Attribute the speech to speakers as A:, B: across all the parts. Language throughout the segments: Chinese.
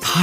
A: 他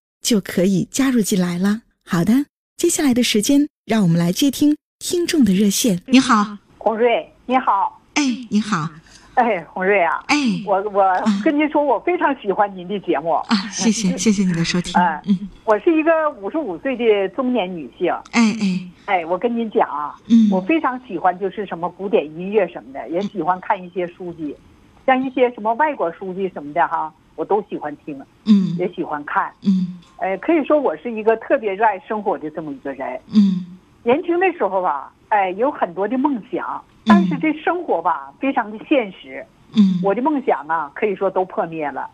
B: 就可以加入进来了。好的，接下来的时间，让我们来接听听众的热线。你好，
C: 洪瑞，你好，
B: 哎，你好，
C: 哎，洪瑞啊，
B: 哎，
C: 我我跟您说，我非常喜欢您的节目。
B: 啊，谢谢，谢谢你的收听。
C: 哎
B: 嗯，
C: 我是一个五十五岁的中年女性，
B: 哎哎，
C: 哎，我跟您讲啊，
B: 嗯，
C: 我非常喜欢就是什么古典音乐什么的，也喜欢看一些书籍，像一些什么外国书籍什么的哈，我都喜欢听，
B: 嗯
C: 也喜欢看。
B: 嗯
C: 哎，可以说我是一个特别热爱生活的这么一个人。
B: 嗯
C: 年轻的时候吧，哎，有很多的梦想，但是这生活吧，非常的现实。
B: 嗯，
C: 我的梦想啊，可以说都破灭了。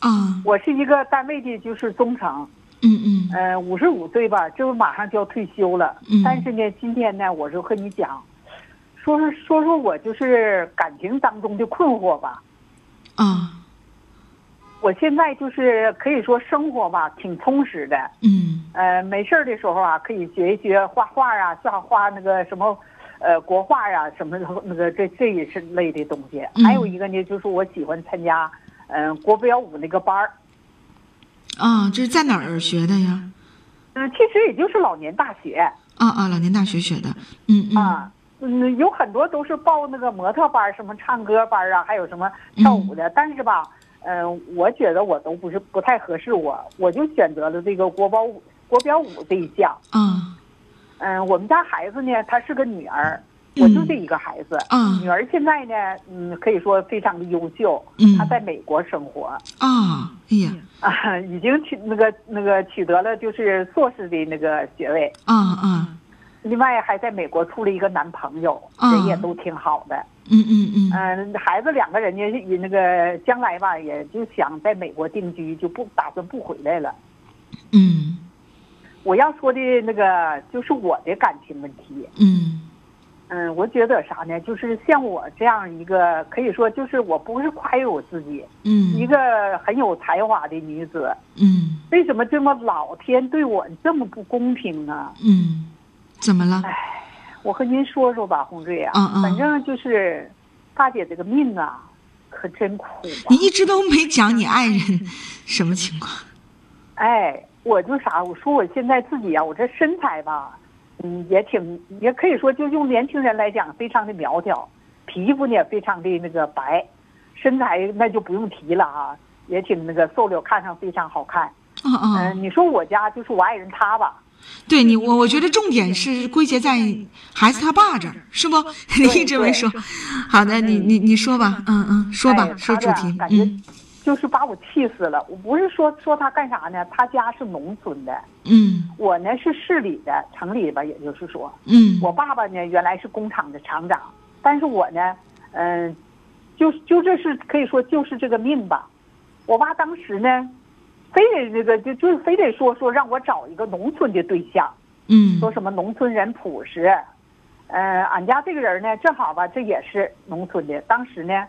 B: 啊，
C: 我是一个单位的，就是中层，
B: 嗯嗯
C: 呃，五十五岁吧，这不马上就要退休了。
B: 嗯
C: 但是呢，今天呢，我就和你讲，说说说说我就是感情当中的困惑吧。
B: 啊，
C: 我现在就是可以说生活吧，挺充实的。
B: 嗯
C: 呃，没事儿的时候啊，可以学一学画画啊，像画那个什么，呃，国画啊，什么那个这这一类的东西。
B: 嗯
C: 还有一个呢，就是我喜欢参加，嗯、国标舞那个班儿。
B: 啊，这是在哪儿学的呀？
C: 嗯，其实也就是老年大学
B: 啊啊，老年大学学的。嗯嗯
C: 啊，嗯，有很多都是报那个模特班儿，什么唱歌班儿啊，还有什么跳舞的。但是吧，嗯、我觉得我都不是不太合适我，我就选择了这个国标舞国标舞这一项。
B: 啊
C: 嗯、我们家孩子呢，她是个女儿，我就
B: 嗯
C: 这一个孩子。
B: 啊
C: 女儿现在呢，嗯，可以说非常的优秀，
B: 嗯
C: 她在美国生活
B: 啊，哎呀。
C: 啊，已经取那个那个取得了就是硕士的那个学位。
B: 啊啊，
C: 另外还在美国处了一个男朋友，
B: 啊
C: 人也都挺好的。
B: 嗯嗯嗯，
C: 嗯、孩子两个人家也那个将来吧，也就想在美国定居，就不打算不回来了。
B: 嗯
C: 我要说的那个就是我的感情问题。
B: 嗯
C: 嗯，我觉得啥呢？就是像我这样一个，可以说就是我不是夸耀我自己，
B: 嗯，
C: 一个很有才华的女子，
B: 嗯
C: 为什么这么老天对我这么不公平呢？
B: 嗯，怎么
C: 哎
B: 了？
C: 我和您说说吧，红瑞啊，
B: 嗯嗯
C: 反正就是大姐这个命啊，可真苦啊
B: 你！一直都没讲你爱人什么情况？
C: 哎，我就啥，我说我现在自己啊，我这身材吧，嗯，也挺，也可以说就用年轻人来讲，非常的苗条，皮肤呢非常的那个白，身材那就不用提了啊，也挺那个瘦溜，看上非常好看。
B: 啊
C: 嗯、
B: 啊，
C: 你说我家就是我爱人他吧，
B: 对你，我我觉得重点是归结在孩子他爸这儿，是不？ 你一直没说。好的，你你你说吧，嗯嗯，说
C: 哎
B: 吧，说主
C: 他这
B: 题，
C: 感觉
B: 嗯
C: 就是把我气死了。我不是说说他干啥呢？他家是农村的，
B: 嗯
C: 我呢是市里的，城里吧，也就是说，
B: 嗯
C: 我爸爸呢原来是工厂的厂长，但是我呢，嗯、就就这是可以说就是这个命吧。我爸当时呢，非得那个就就非得说说让我找一个农村的对象，
B: 嗯
C: 说什么农村人朴实，呃，俺家这个人呢，正好吧，这也是农村的。当时呢，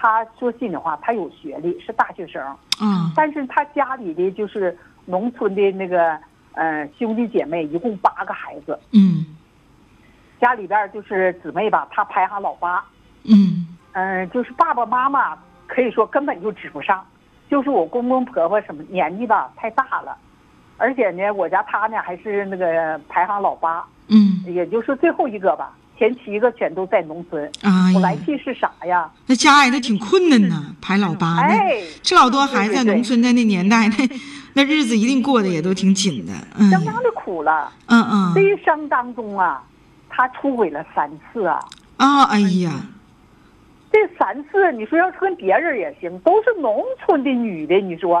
C: 他说心里话，他有学历，是大学生，
B: 啊
C: 但是他家里的就是农村的那个呃兄弟姐妹，一共八个孩子，
B: 嗯
C: 家里边就是姊妹吧，他排行老八，
B: 嗯
C: 嗯、就是爸爸妈妈可以说根本就指不上，就是我公公婆婆什么年纪吧太大了，而且呢，我家他呢还是那个排行老八，
B: 嗯
C: 也就是最后一个吧，前七个全都在农村。
B: 啊
C: 我来
B: 呀，
C: 气是啥呀？
B: 那家里都挺困难呢，排老八呢。
C: 哎，
B: 这老多孩子在农村的那年代，那那日子一定过得也都挺紧的。嗯
C: 相当的苦了。
B: 嗯嗯
C: 这一生当中啊，他出轨了三次啊，
B: 啊，哎呀，
C: 这三次你说要是跟别人也行，都是农村的女的，你说，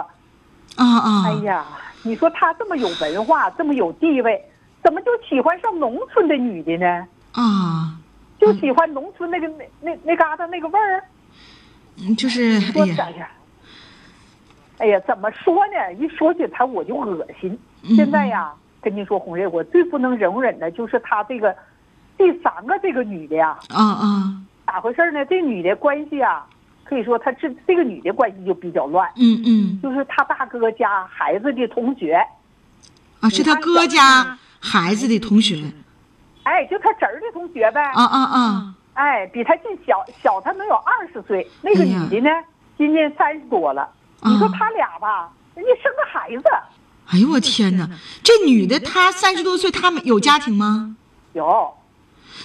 B: 啊啊，
C: 哎呀，你说他这么有文化，这么有地位，怎么就喜欢上农村的女的呢？
B: 啊，
C: 就喜欢农村那个那那那嘎达那个味儿。
B: 嗯就是
C: 说
B: 哎
C: 哎
B: 呀，
C: 呀，哎呀，怎么说呢？一说起他我就恶心
B: 嗯。
C: 现在呀，跟您说，红瑞，我最不能容忍的就是他这个第三个这个女的呀，
B: 啊啊，
C: 咋回事呢？这女的关系啊，可以说她这这个女的关系就比较乱，
B: 嗯嗯，
C: 就是他大哥家孩子的同学，
B: 啊，是他哥
C: 啊
B: 家孩子的同学。
C: 哎，就他侄儿的同学呗。
B: 啊啊啊，
C: 哎，比他近小小他能有二十岁，那个
B: 哎
C: 女
B: 呀
C: 的呢，今年三十多了。
B: 啊
C: 你说他俩吧，人家生个孩子，
B: 哎
C: 嗯
B: 呦我天哪，这女的她三十多岁，她们有家庭吗？
C: 有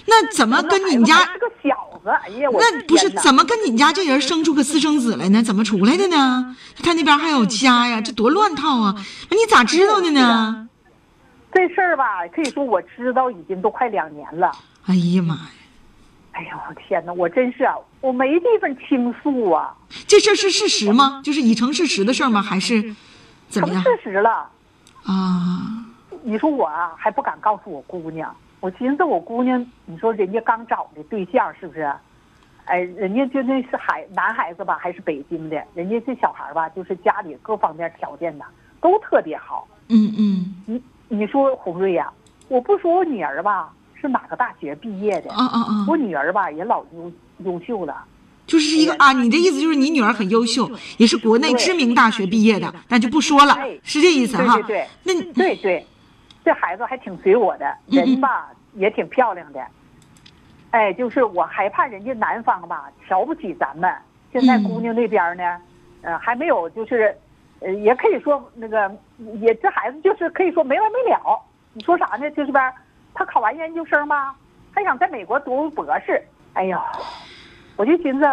B: 那怎么跟你们家
C: 生个孩子还是个小子，哎呀，我的
B: 那不是
C: 天哪
B: 怎么跟你们家这人生出个私生子来呢？怎么出来的
C: 嗯
B: 呢？他那边还有家呀，这多乱套啊！那你
C: 嗯
B: 咋知道的呢？
C: 这事儿吧？可以说我知道已经都快两年了。
B: 哎呀妈呀，
C: 哎呀，我天哪，我真是啊，我没地方倾诉啊，
B: 这事儿是事实吗？哦就是已成事实的事儿吗？还是怎
C: 成
B: 么样
C: 事实了。
B: 啊？
C: 你说我啊，还不敢告诉我姑娘，我寻思我姑娘，你说人家刚找的对象是不是？哎，人家就那是孩男孩子吧，还是北京的，人家这小孩吧，就是家里各方面条件呐都特别好。
B: 嗯嗯，
C: 你你说红瑞呀、我不说我女儿吧是哪个大学毕业的，
B: 啊啊
C: 我
B: 啊，
C: 女儿吧也老优优秀了，
B: 就是一个啊，你的意思就是你女儿很优秀，也是国内知名大学毕业的，那就不说了，是这意思啊
C: 对
B: 哈
C: 对？对。
B: 那嗯
C: 对对，这孩子还挺随我的，人吧也挺漂亮的。哎，就是我害怕人家男方吧瞧不起咱们。现在
B: 嗯
C: 姑娘那边呢，呃，还没有就是，呃，也可以说那个也这孩子就是可以说没完没了。你说啥呢？就是吧，他考完研究生吧，还想在美国读博士。哎呦，我就寻思，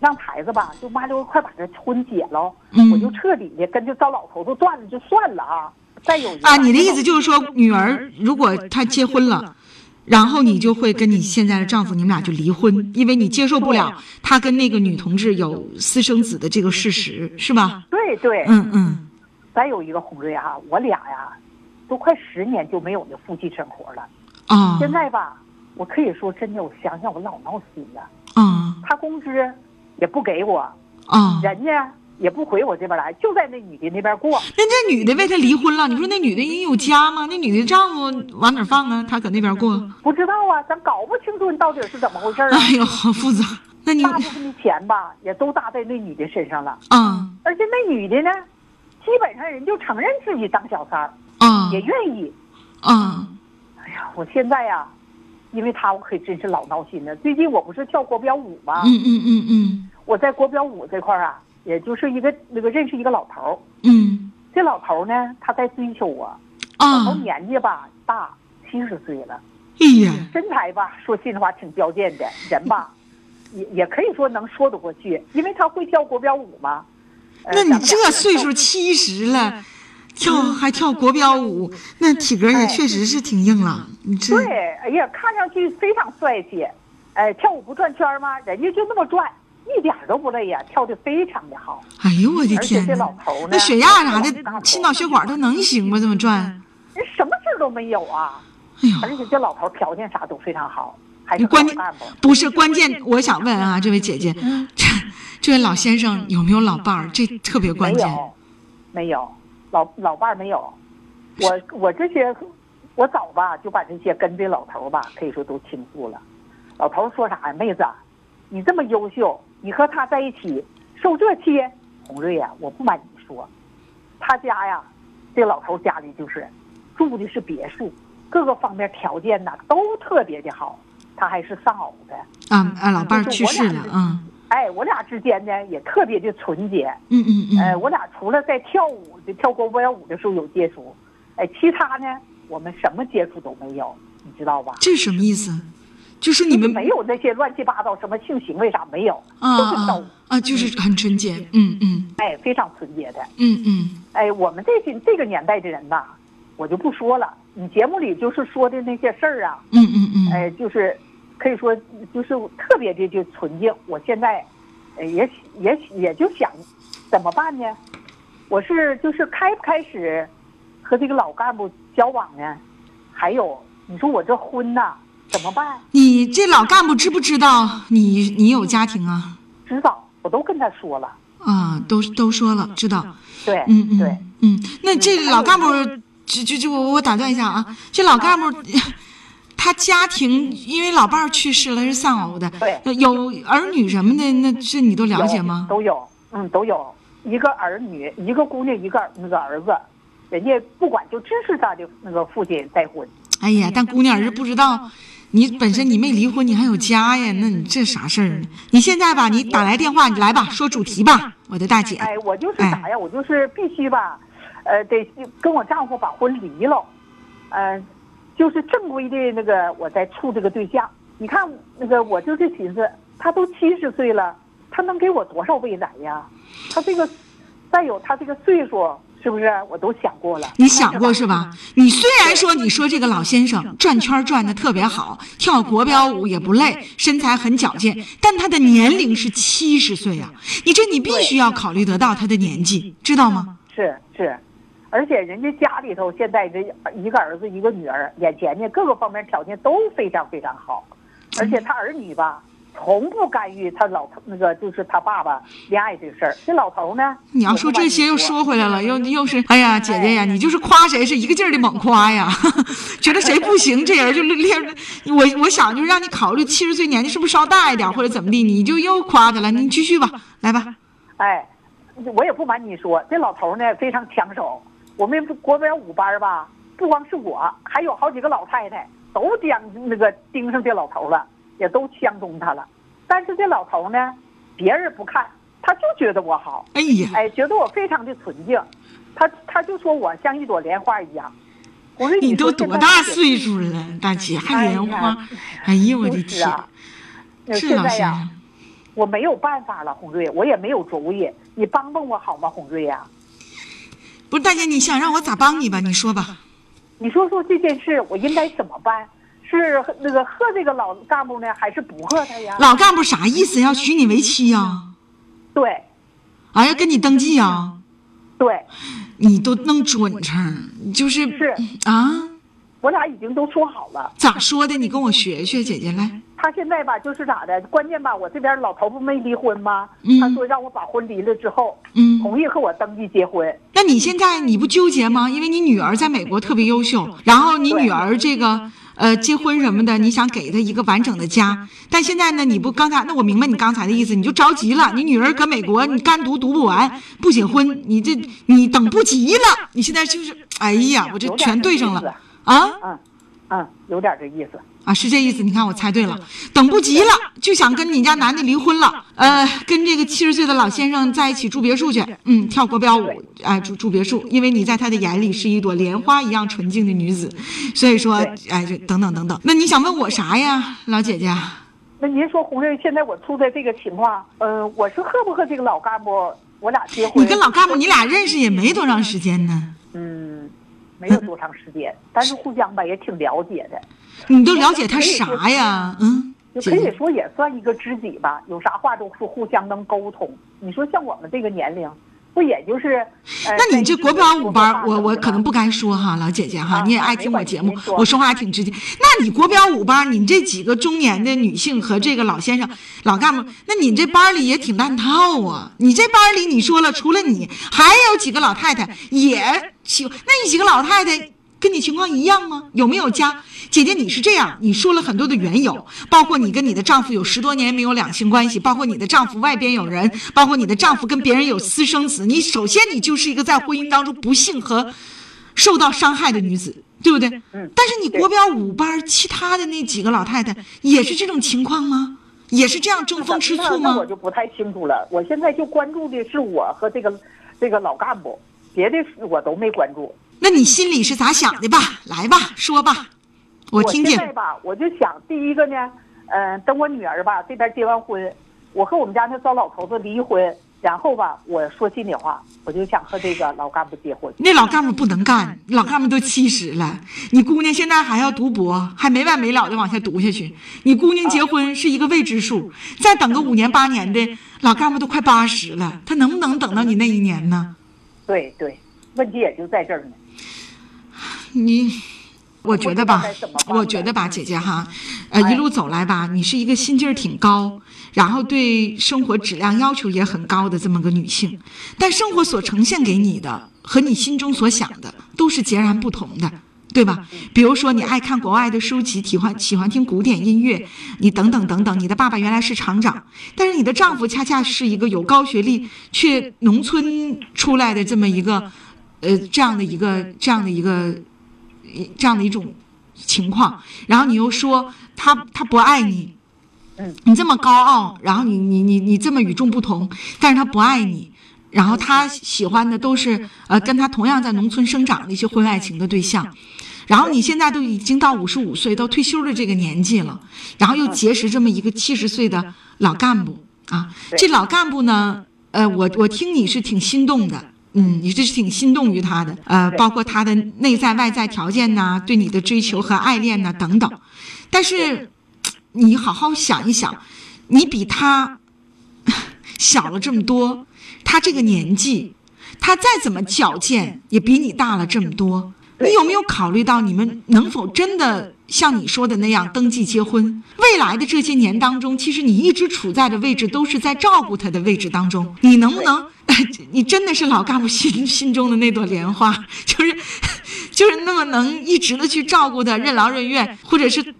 C: 让孩子吧，就麻溜快把这婚结了，
B: 嗯
C: 我就彻底的跟这糟老头子断了就算了啊。再有一个
B: 啊，你的意思就是说，女儿如果她结婚了，然后你就会跟你现在的丈夫，你们俩就离婚，因为你接受不了她跟那个女同志有私生子的这个事实，是吧？
C: 对对，
B: 嗯嗯，
C: 再有一个红瑞啊，我俩呀、都快十年就没有那夫妻生活了。
B: 啊
C: 现在吧，我可以说真的，我想想我老闹心了。
B: 啊
C: 他工资也不给我，
B: 啊！
C: 人家也不回我这边来，就在那女的那边过。
B: 那这女的为他离婚了，你说那女的人有家吗？那女的丈夫往哪儿放啊？她搁那边过，
C: 不知道啊，咱搞不清楚你到底是怎么回事儿啊。
B: 哎呦，好复杂。那你
C: 大部分的钱吧，也都搭在那女的身上了。
B: 啊
C: 而且那女的呢，基本上人就承认自己当小三儿，
B: 啊
C: 也愿意。
B: 啊
C: 哎呀，我现在呀、因为她我可真是老闹心了。最近我不是跳国标舞吗？
B: 嗯嗯嗯嗯
C: 我在国标舞这块儿啊，也就是一个那个认识一个老头儿。
B: 嗯
C: 这老头儿呢，他在追求我。老头儿
B: 啊！
C: 年纪吧大，七十岁了，
B: 哎呀，
C: 身材吧，说心里话挺矫健的，人吧，也也可以说能说得过去，因为他会跳国标舞嘛。呃
B: 那
C: 咱
B: 你
C: 们俩
B: 这岁数七十了，
C: 嗯
B: 跳还跳国标舞，那体格也确实是挺硬朗。你这
C: 对，哎呀，看上去非常帅气，哎，跳舞不转圈儿吗？人家就那么转，一点儿都不累呀、跳的非常的好。
B: 哎呦我的
C: 而且
B: 天
C: 这
B: 哪
C: 老！头呢，
B: 那血压啥
C: 老大
B: 的，
C: 头
B: 心脑血管都能行吗？这么转？
C: 人什么事儿都没有啊。
B: 哎呦，
C: 而且这老头条件啥都非常好，还是
B: 你关
C: 好干部。
B: 不是关键，我想问啊，这位姐姐，
C: 嗯
B: 这这位老先生有没有老伴儿？这特别关键啊
C: 没。有，没有，老老伴儿没有。我我这些，我早吧就把这些跟这老头儿吧，可以说都倾诉了。老头儿说啥呀，妹子啊，你这么优秀，你和他在一起受这气？红瑞呀、我不瞒你说，他家呀，这老头儿家里就是住的是别墅，各个方面条件呐都特别的好，他还是丧偶的。
B: 啊啊，老伴儿去世了啊。
C: 哎，我俩之间呢也特别的纯洁，
B: 嗯嗯
C: 呃，
B: 嗯
C: 我俩除了在跳舞的跳国标舞的时候有接触，哎、其他呢，我们什么接触都没有，你知道吧？
B: 这是什么意思？就是你们
C: 没有那些乱七八糟什么性行为啥没有，
B: 啊
C: 就是跳
B: 啊
C: 舞。
B: 啊！啊，就是很纯洁，嗯嗯
C: 哎，非常纯洁的。
B: 嗯嗯
C: 哎，我们这些这个年代的人吧，我就不说了。你节目里就是说的那些事儿啊，
B: 嗯嗯嗯，
C: 哎，就是可以说就是特别的就纯净。我现在，呃，也也也就想，怎么办呢？我是就是开不开始和这个老干部交往呢？还有，你说我这婚呐、怎么办？
B: 你这老干部知不知道你你有家庭啊？
C: 知道，我都跟他说了。
B: 啊，都都说了，知道，
C: 对，
B: 嗯嗯
C: 对，嗯
B: 嗯，那这老干部，就就就我我打断一下啊，这老干部。
C: 嗯
B: 他家庭因为老伴儿去世了，是丧偶的，
C: 对
B: 有儿女什么的，那这你都了解吗？
C: 有都有，嗯，都有一个儿女，一个姑娘，一个儿那个儿子，人家不管就支持他的那个父亲再婚。
B: 哎呀，但姑娘儿子不知道，你本身你没离婚，你还有家呀，那你这啥事儿呢？你现在吧，你打来电话，你来吧，说主题吧，我的大姐。
C: 哎，我就是啥呀？我就是必须吧，呃，得跟我丈夫把婚离了，呃，就是正规的那个我再处这个对象。你看那个我就是寻思，他都七十岁了，他能给我多少未来呀？他这个，再有他这个岁数，是不是我都想过了？
B: 你想过是吧？嗯你虽然说你说这个老先生转圈儿转的特别好，跳国标舞也不累，身材很矫健，但他的年龄是七十岁啊！你这你必须要考虑得到他的年纪，知道吗？
C: 是是，而且人家家里头现在这一个儿子一个女儿，眼前呢各个方面条件都非常非常好，而
B: 嗯
C: 且他儿女吧从不干预他老头那个就是他爸爸恋爱这事儿。这老头呢，
B: 你要说这些又
C: 说
B: 说回来了，又又是哎呀，姐姐呀，你就是夸谁是一个劲儿的猛夸呀， 觉得谁不行，这人就练。我我想就让你考虑七十岁年纪是不是稍大一点或者怎么地，你就又夸他了。你继续吧，来吧，
C: 哎，我也不瞒你说，这老头呢非常抢手。我们国标舞班吧，不光是我，还有好几个老太太都盯那个盯上这老头了，也都相中他了。但是这老头呢，别人不看，他就觉得我好，
B: 哎呀。
C: 哎，觉得我非常的纯净，他他就说我像一朵莲花一样。我说
B: 你
C: 说
B: 都
C: 现
B: 多
C: 在
B: 大
C: 这
B: 岁数了，大姐还
C: 哎
B: 莲
C: 呀
B: 花？哎呦我的
C: 就是
B: 天！
C: 啊，呃
B: 是
C: 现
B: 老
C: 在
B: 先
C: 呀、
B: 生，
C: 我没有办法了，红瑞，我也没有主意，你帮帮我好吗，红瑞呀、
B: 不是大姐，你想让我咋帮你吧？你说吧。
C: 你说说这件事，我应该怎么办？是和那个喝这个老干部呢，还是不喝他呀？
B: 老干部啥意思？要娶你为妻呀、
C: 对
B: 哎呀，跟你登记呀、
C: 对，
B: 你都弄准成，就是
C: 是
B: 啊？
C: 我俩已经都说好了。
B: 咋说的？你跟我学学，姐姐来。
C: 他现在吧，就是咋的？关键吧，我这边老头不没离婚吗？
B: 嗯
C: 他说让我把婚离了之后，
B: 嗯
C: 同意和我登记结婚。
B: 那你现在你不纠结吗？因为你女儿在美国特别优秀，然后你女儿这个呃结婚什么的，你想给她一个完整的家。但现在呢，你不刚才那我明白你刚才的意思，你就着急了。你女儿搁美国，你干读读不完，不结婚，你这你等不及了。你现在就是，哎呀，我这全对上了啊
C: 嗯嗯，有点这意思。
B: 啊，是这意思。你看我猜对了，等不及了，就想跟你家男的离婚了，呃，跟这个七十岁的老先生在一起住别墅去，嗯，跳国标舞，哎、住住别墅，因为你在他的眼里是一朵莲花一样纯净的女子，所以说，哎，这等等等等。那你想问我啥呀，老姐姐？
C: 那您说红瑞，现在我处在这个情况，呃，我是喝不喝这个老干部？我俩结婚，
B: 你跟老干部你俩认识也没多长时间呢，
C: 嗯，没有多长时间，但是互相吧也挺了解的。
B: 你都了解他啥呀？嗯，
C: 就
B: 姐
C: 可以
B: 姐，
C: 说也算一个知己吧，有啥话都是互相能沟通。你说像我们这个年龄，不也就是？呃、
B: 那你这国标舞班儿，
C: 在一起
B: 我我
C: 吧
B: 可能不该说哈，老姐姐哈，
C: 啊
B: 你也爱听我节目，我说话还挺直接。那你国标舞班儿，你这几个中年的女性和这个老先生、老干部，那你这班儿里也挺烂套啊。你这班儿里你说了，除了你，还有几个老太太也喜，那你几个老太太。跟你情况一样吗？有没有家？姐姐，你是这样，你说了很多的缘由，包括你跟你的丈夫有十多年没有两性关系，包括你的丈夫外边有人，包括你的丈夫跟别人有私生子。你首先你就是一个在婚姻当中不幸和受到伤害的女子，对不对？
C: 嗯
B: 但是你
C: 对
B: 国标舞班儿其他的那几个老太太也是这种情况吗？也是这样争风吃醋
C: 那那
B: 吗
C: 我？就不太清楚了。我现在就关注的是我和这个这个老干部，别的事我都没关注。
B: 那你心里是咋想的吧？来吧，说吧，我听
C: 嗯现
B: 听。
C: 呃在吧，我就想第一个呢，嗯、等我女儿吧这边结完婚，我和我们家那糟老头子离婚，然后吧，我说心里话，我就想和这个老干部结婚。
B: 那老干部不能干，
C: 嗯
B: 老干部都七十了，你姑娘现在还要读博，还没完没了的往下读下去。你姑娘结婚是一个未知数，再等个五年八年的，老干部都快八十了，他能不能等到你那一年呢？
C: 对对，问题也就在这儿呢。
B: 你，我觉得吧
C: 我也不知道该怎么，办
B: 我觉得吧，姐姐哈，呃，一路走来吧，你是一个心劲儿挺高，然后对生活质量要求也很高的这么个女性，但生活所呈现给你的和你心中所想的都是截然不同的。对吧？比如说，你爱看国外的书籍，喜欢喜欢听古典音乐，你等等等等。你的爸爸原来是厂长，但是你的丈夫恰恰是一个有高学历却农村出来的这么一个，呃，这样的一个这样的一个一这样的一种情况，然后你又说他他不爱你，
C: 嗯，
B: 你这么高傲，然后你你你你这么与众不同，但是他不爱你，然后嗯他喜欢的都是呃跟他同样在农村生长的一些婚外情的对象，然后你现在都已经到五十五岁，到退休的这个年纪了，然后又结识这么一个七十岁的老干部啊，这老干部呢，呃，我我听你是挺心动的。嗯，你这是挺心动于他的，呃，包括他的内在外在条件呐、对你的追求和爱恋呐、等等。但是，你好好想一想，你比他小了这么多，他这个年纪，他再怎么矫健，也比你大了这么多。你有没有考虑到你们能否真的像你说的那样登记结婚？未来的这些年当中，其实你一直处在的位置都是在照顾他的位置当中，你能不能？ 你真的是老干部心 心中的那朵莲花，就是就是那么能一直的去照顾他，任劳任怨，或者是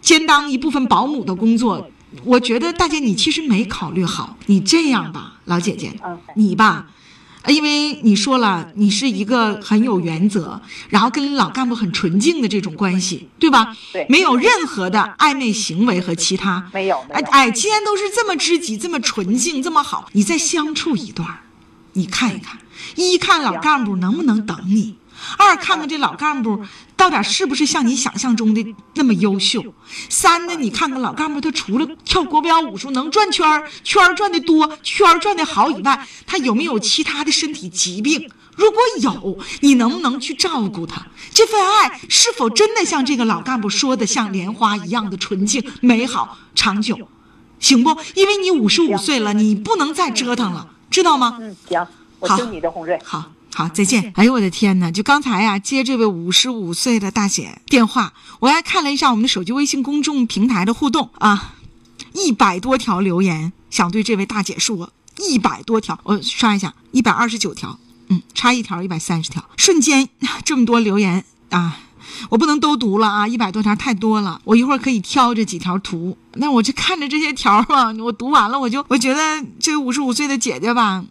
B: 兼当一部分保姆的工作。我觉得大姐你其实没考虑好，你这样吧，老姐姐，
C: 嗯，
B: 你吧，呃因为你说了，你是一个很有原则，然后跟老干部很纯净的这种关系，对吧？
C: 对
B: 没有任何的暧昧行为和其他。
C: 没有没
B: 哎
C: 有，
B: 哎，既然都是这么知己，这么纯净，这么好，你再相处一段儿，你看一看，一看老干部能不能等你，二看看这老干部到底是不是像你想象中的那么优秀，三呢，你看看老干部他除了跳国标舞术能转圈儿，圈儿转的多，圈儿转的好以外，他有没有其他的身体疾病？如果有，你能不能去照顾他？这份爱是否真的像这个老干部说的，像莲花一样的纯净、美好、长久？行不？因为你五十五岁了，你不能再折腾了，知道吗？
C: 嗯，行，我
B: 好
C: 听你的，红瑞。
B: 好好，再见。哎呦我的天哪！就刚才呀、接这位五十五岁的大姐电话，我还看了一下我们的手机微信公众平台的互动啊，一百多条留言，想对这位大姐说，一百多条，我刷一下，一百二十九条，嗯，差一条一百三十条，瞬间这么多留言啊！我不能都读了啊，一百多条太多了，我一会儿可以挑这几条图。那我这看着这些条儿啊，我读完了，我就我觉得这五十五岁的姐姐吧，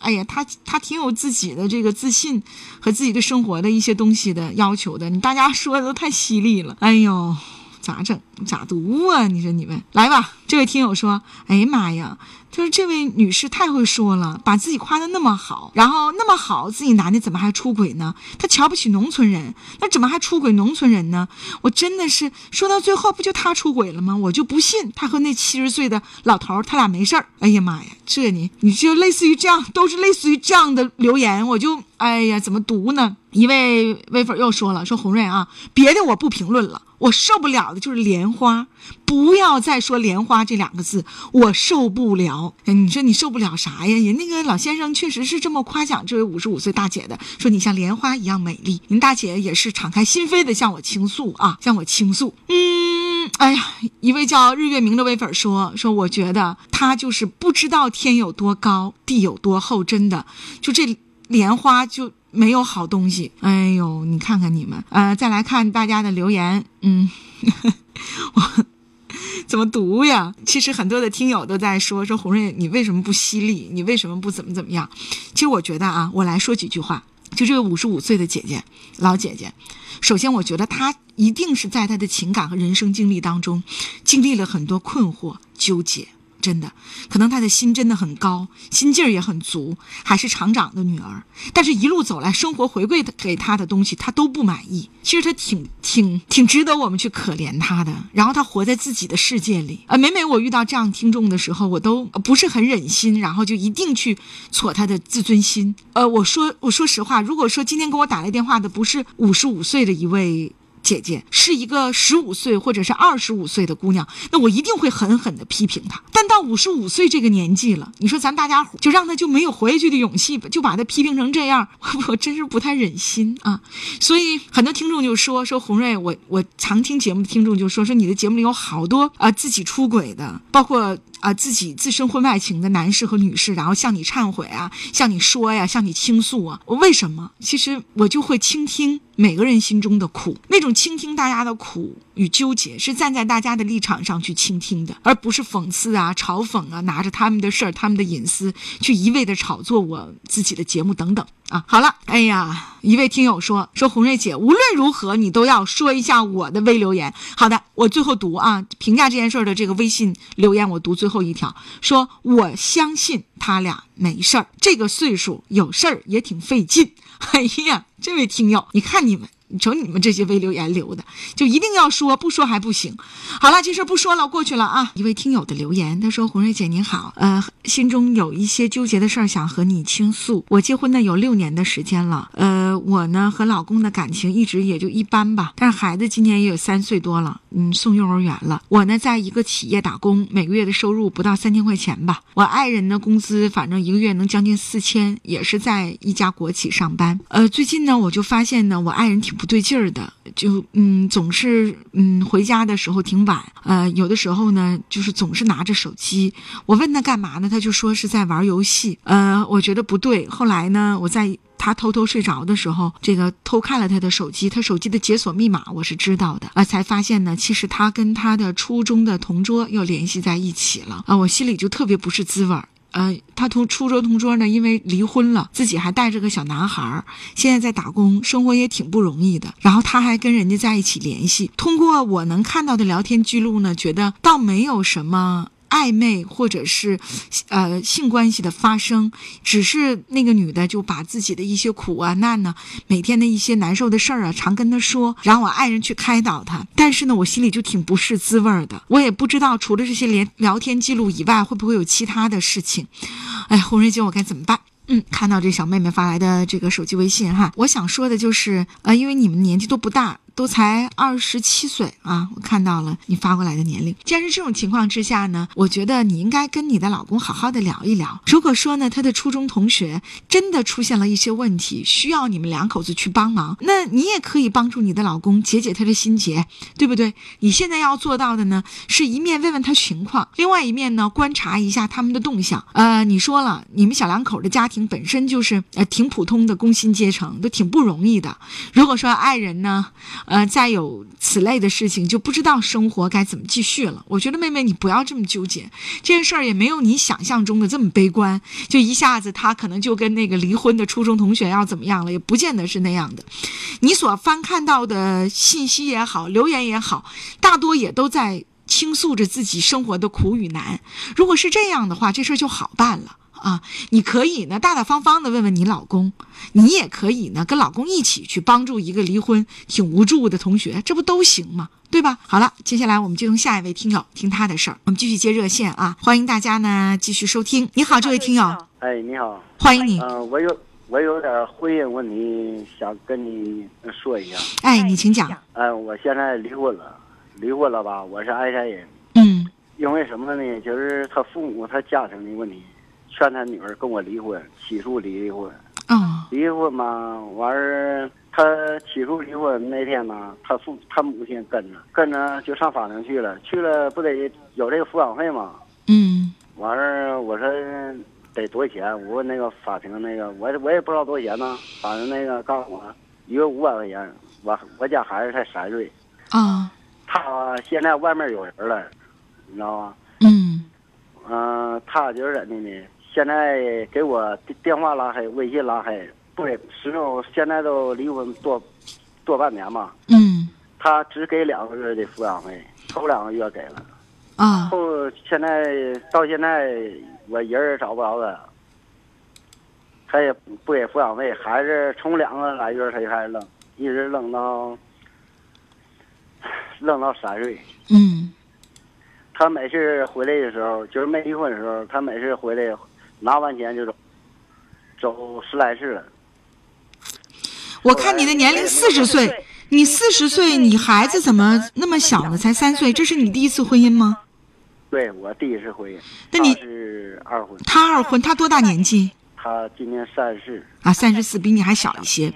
B: 哎呀，她她挺有自己的这个自信和自己对生活的一些东西的要求的。你大家说的都太犀利了，哎呦，咋整？咋读啊？你说你们来吧。这位听友说，哎呀妈呀，他说这位女士太会说了，把自己夸的那么好，然后那么好，自己男的怎么还出轨呢？她瞧不起农村人，那怎么还出轨农村人呢？我真的是说到最后，不就他出轨了吗？我就不信他和那七十岁的老头儿他俩没事儿。哎呀妈呀，这你你就类似于这样，都是类似于这样的留言，我就哎呀怎么读呢？一位微粉又说了，说红瑞啊，别的我不评论了，我受不了的就是莲花，不要再说莲花这两个字，我受不了。哎，你说你受不了啥呀？人那个老先生确实是这么夸奖这位五十五岁大姐的，说你像莲花一样美丽。您大姐也是敞开心扉的向我倾诉啊，向我倾诉。嗯，哎呀，一位叫日月明的微粉说说，我觉得他就是不知道天有多高，地有多厚，真的就这莲花就。没有好东西，哎呦，你看看你们，呃，再来看大家的留言，嗯，我 怎么读呀？其实很多的听友都在说说红瑞，你为什么不犀利？你为什么不怎么怎么样？其实我觉得啊，我来说几句话。就这个五十五岁的姐姐，老姐姐，首先我觉得她一定是在她的情感和人生经历当中，经历了很多困惑、纠结，真的，可能她的心真的很高，心劲儿也很足，还是厂长的女儿。但是，一路走来，生活回馈给她的东西，她都不满意。其实她挺 挺挺值得我们去可怜她的。然后她活在自己的世界里。呃，每每我遇到这样听众的时候，我都呃不是很忍心，然后就一定去挫她的自尊心。呃，我说我说实话，如果说今天给我打来电话的不是五十五岁的一位。姐姐是一个十五岁或者是二十五岁的姑娘，那我一定会狠狠的批评她。但到五十五岁这个年纪了，你说咱大家伙就让她就没有活下去的勇气，就把她批评成这样， 我真是不太忍心啊。所以很多听众就说说红瑞，我我常听节目的听众就说说你的节目里有好多啊、呃、自己出轨的，包括。啊、呃，自己自身婚外情的男士和女士，然后向你忏悔啊，向你说呀，向你倾诉啊。为什么？其实我就会倾听每个人心中的苦，那种倾听大家的苦与纠结，是站在大家的立场上去倾听的，而不是讽刺啊、嘲讽啊，拿着他们的事儿、他们的隐私去一味的炒作我自己的节目等等啊。好了，哎呀，一位听友说说红瑞姐，无论如何你都要说一下我的微留言。好的，我最后读啊，评价这件事儿的这个微信留言我读最。最后一条说：“我相信他俩没事儿，这个岁数有事儿也挺费劲。” 哎呀，这位听友，你看你们，你瞅你们这些微留言留的，就一定要说，不说还不行。好了，这事不说了，过去了啊。一位听友的留言，他说：“红瑞姐您好，呃，心中有一些纠结的事儿想和你倾诉。我结婚呢有六年的时间了，呃，我呢和老公的感情一直也就一般吧，但是孩子今年也有三岁多了。”嗯，送幼儿园了。我呢，在一个企业打工，每个月的收入不到三千块钱吧。我爱人呢，工资反正一个月能将近四千，也是在一家国企上班。呃，最近呢，我就发现呢，我爱人挺不对劲儿的，就嗯，总是嗯回家的时候挺晚，呃，有的时候呢，就是总是拿着手机。我问他干嘛呢，他就说是在玩游戏。呃，我觉得不对。后来呢，我在。他偷偷睡着的时候，这个偷看了他的手机，他手机的解锁密码我是知道的啊、呃，才发现呢，其实他跟他的初中的同桌又联系在一起了啊、呃，我心里就特别不是滋味儿。呃，他同初中同桌呢，因为离婚了，自己还带着个小男孩儿，现在在打工，生活也挺不容易的。然后他还跟人家在一起联系，通过我能看到的聊天记录呢，觉得倒没有什么。暧昧或者是，呃，性关系的发生，只是那个女的就把自己的一些苦啊、难呢、啊，每天的一些难受的事儿啊，常跟她说，然后我爱人去开导她。但是呢，我心里就挺不是滋味儿的。我也不知道除了这些连聊天记录以外，会不会有其他的事情。哎，红瑞姐，我该怎么办？嗯，看到这小妹妹发来的这个手机微信哈，我想说的就是，呃，因为你们年纪都不大。都才二十七岁啊！我看到了你发过来的年龄。既然是这种情况之下呢，我觉得你应该跟你的老公好好的聊一聊。如果说呢，他的初中同学真的出现了一些问题，需要你们两口子去帮忙，那你也可以帮助你的老公解解他的心结，对不对？你现在要做到的呢，是一面问问他情况，另外一面呢，观察一下他们的动向。呃，你说了，你们小两口的家庭本身就是呃挺普通的工薪阶层，都挺不容易的。如果说爱人呢，呃，再有此类的事情，就不知道生活该怎么继续了。我觉得妹妹，你不要这么纠结，这件事儿也没有你想象中的这么悲观。就一下子，他可能就跟那个离婚的初中同学要啊怎么样了，也不见得是那样的。你所翻看到的信息也好，留言也好，大多也都在倾诉着自己生活的苦与难。如果是这样的话，这事儿就好办了。啊，你可以呢，大大方方的问问你老公，你也可以呢，跟老公一起去帮助一个离婚挺无助的同学，这不都行吗？对吧？好了，接下来我们就从下一位听友听他的事儿，我们继续接热线啊，欢迎大家呢继续收听。你好，这位听友，
D: 哎，你好，
B: 欢迎你。
D: 呃，我有我有点婚姻问题想跟你说一下。
B: 哎，你请讲。
D: 嗯、呃，我现在离婚了，离婚了吧？我是鞍山人。
B: 嗯，
D: 因为什么呢？就是他父母他家庭的问题。劝他女儿跟我离婚，起诉离婚。
B: 哦，
D: 离婚嘛，完儿他起诉离婚那天呢，他父他母亲跟着跟着就上法庭去了，去了不得有这个抚养费嘛？
B: 嗯，
D: 完儿我说得多少钱？我问那个法庭那个，我我也不知道多少钱呢。反正那个告诉我一个五百块钱。我我家孩子才三岁。
B: 啊、哦，
D: 他现在外面有人了，你知道吗？
B: 嗯，
D: 嗯、呃，他就是怎的呢？现在给我电话拉黑，微信拉黑，不给。始终现在都离婚多多半年嘛。
B: 嗯。
D: 他只给两个月的抚养费，头两个月给了。
B: 啊
D: 后现在到现在我人儿也找不着他，他也不给抚养费，孩子从两个来月他就开始扔，一直扔到扔到三岁。
B: 嗯
D: 他每次回来的时候，就是没离婚的时候，他每次回来拿完钱就走，走十来次了。
B: 我看你的年龄四十岁，你四十岁，你孩子怎么那么小呢？才三岁，这是你第一次婚姻吗？
D: 对我第一次婚姻，
B: 那你
D: 他是二婚，
B: 他二婚，他多大年纪
D: 他今年三十四，
B: 啊？三十四，比你还小一些。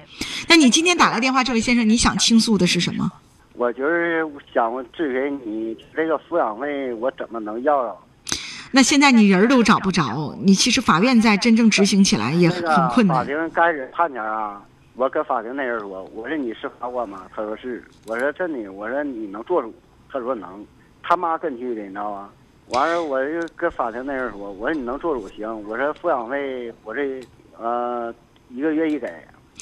B: 那你今天打来电话，这位先生，你想倾诉的是什么？
D: 我就是想问咨询你这个抚养费我怎么能要啊着？
B: 那现在你人儿都找不着，你其实法院在真正执行起来也
D: 那
B: 很
D: 个
B: 很困
D: 法
B: 难。
D: 庭开始判前啊，我跟法庭那人说，我说你是法官吗？他说是。我说真的，我说你能做主？他说能。他妈跟去的，你知道吗？完了，我就跟法庭那人说，我说你能做主行，我说抚养费我这呃一个月一给。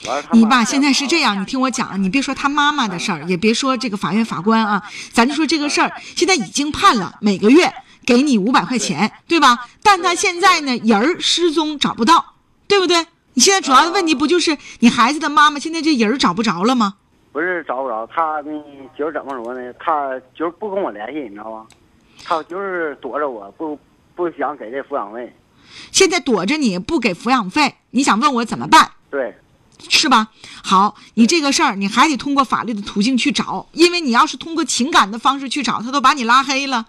D: 完了，他
B: 你
D: 妈
B: 吧，
D: 说
B: 现在是这样，你听我讲啊，你别说他妈妈的事儿，也别说这个法院法官啊，咱就说这个事儿，现在已经判了，每个月给你五百块钱，对吧？但他现在呢，人儿失踪找不到，对不对？你现在主要的问题不就是你孩子的妈妈现在这人儿找不着了吗？
D: 不是找不着他呢，就是怎么说呢？他就是不跟我联系，你知道吗？他就是躲着我，不不想给这抚养费。
B: 现在躲着你不给抚养费，你想问我怎么办？
D: 对，
B: 是吧？好，你这个事儿你还得通过法律的途径去找，因为你要是通过情感的方式去找，他都把你拉黑了，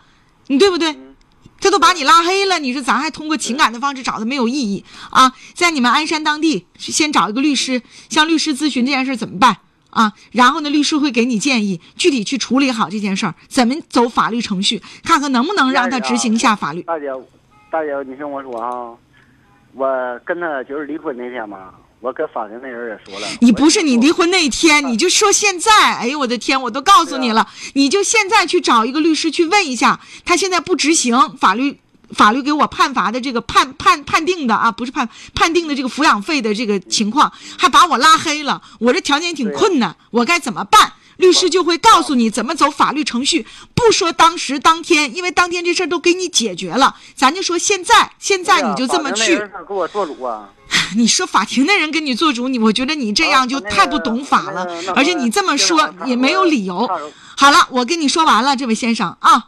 B: 你对不对？他都把你拉黑了，你说咱还通过情感的方式找他没有意义啊？在你们鞍山当地，先找一个律师，向律师咨询这件事儿怎么办啊？然后呢，律师会给你建议，具体去处理好这件事儿，怎么走法律程序，看看能不能让他执行一下法律。
D: 大姐，大姐，你听我说啊，我跟他就是离婚那天嘛，我跟法庭那人也说了。
B: 你不是你离
D: 婚？
B: 婚那一天，你就说现在，哎呦我的天，我都告诉
D: 啊
B: 你了，你就现在去找一个律师去问一下，他现在不执行法律。法律给我判罚的这个判判判定的啊，不是判判定的这个抚养费的这个情况，还把我拉黑了，我这条件挺
D: 对呀啊哦
B: 困难，我该怎么办？律师就会告诉你怎么走法律程序，不说当时当天，因为当天这事儿都给你解决了，咱就说现在，现在你就这么
D: 啊法庭
B: 去
D: 那。人他给我做主啊！
B: 你说法庭的人跟你做主，你我觉得你这样就
D: 啊那个
B: 太不懂法了
D: 那个那，个
B: 而且你这么
D: 那个
B: 说
D: 那个
B: 也没有理由
D: 那个。
B: 好了，我跟你说完了，这位先生啊。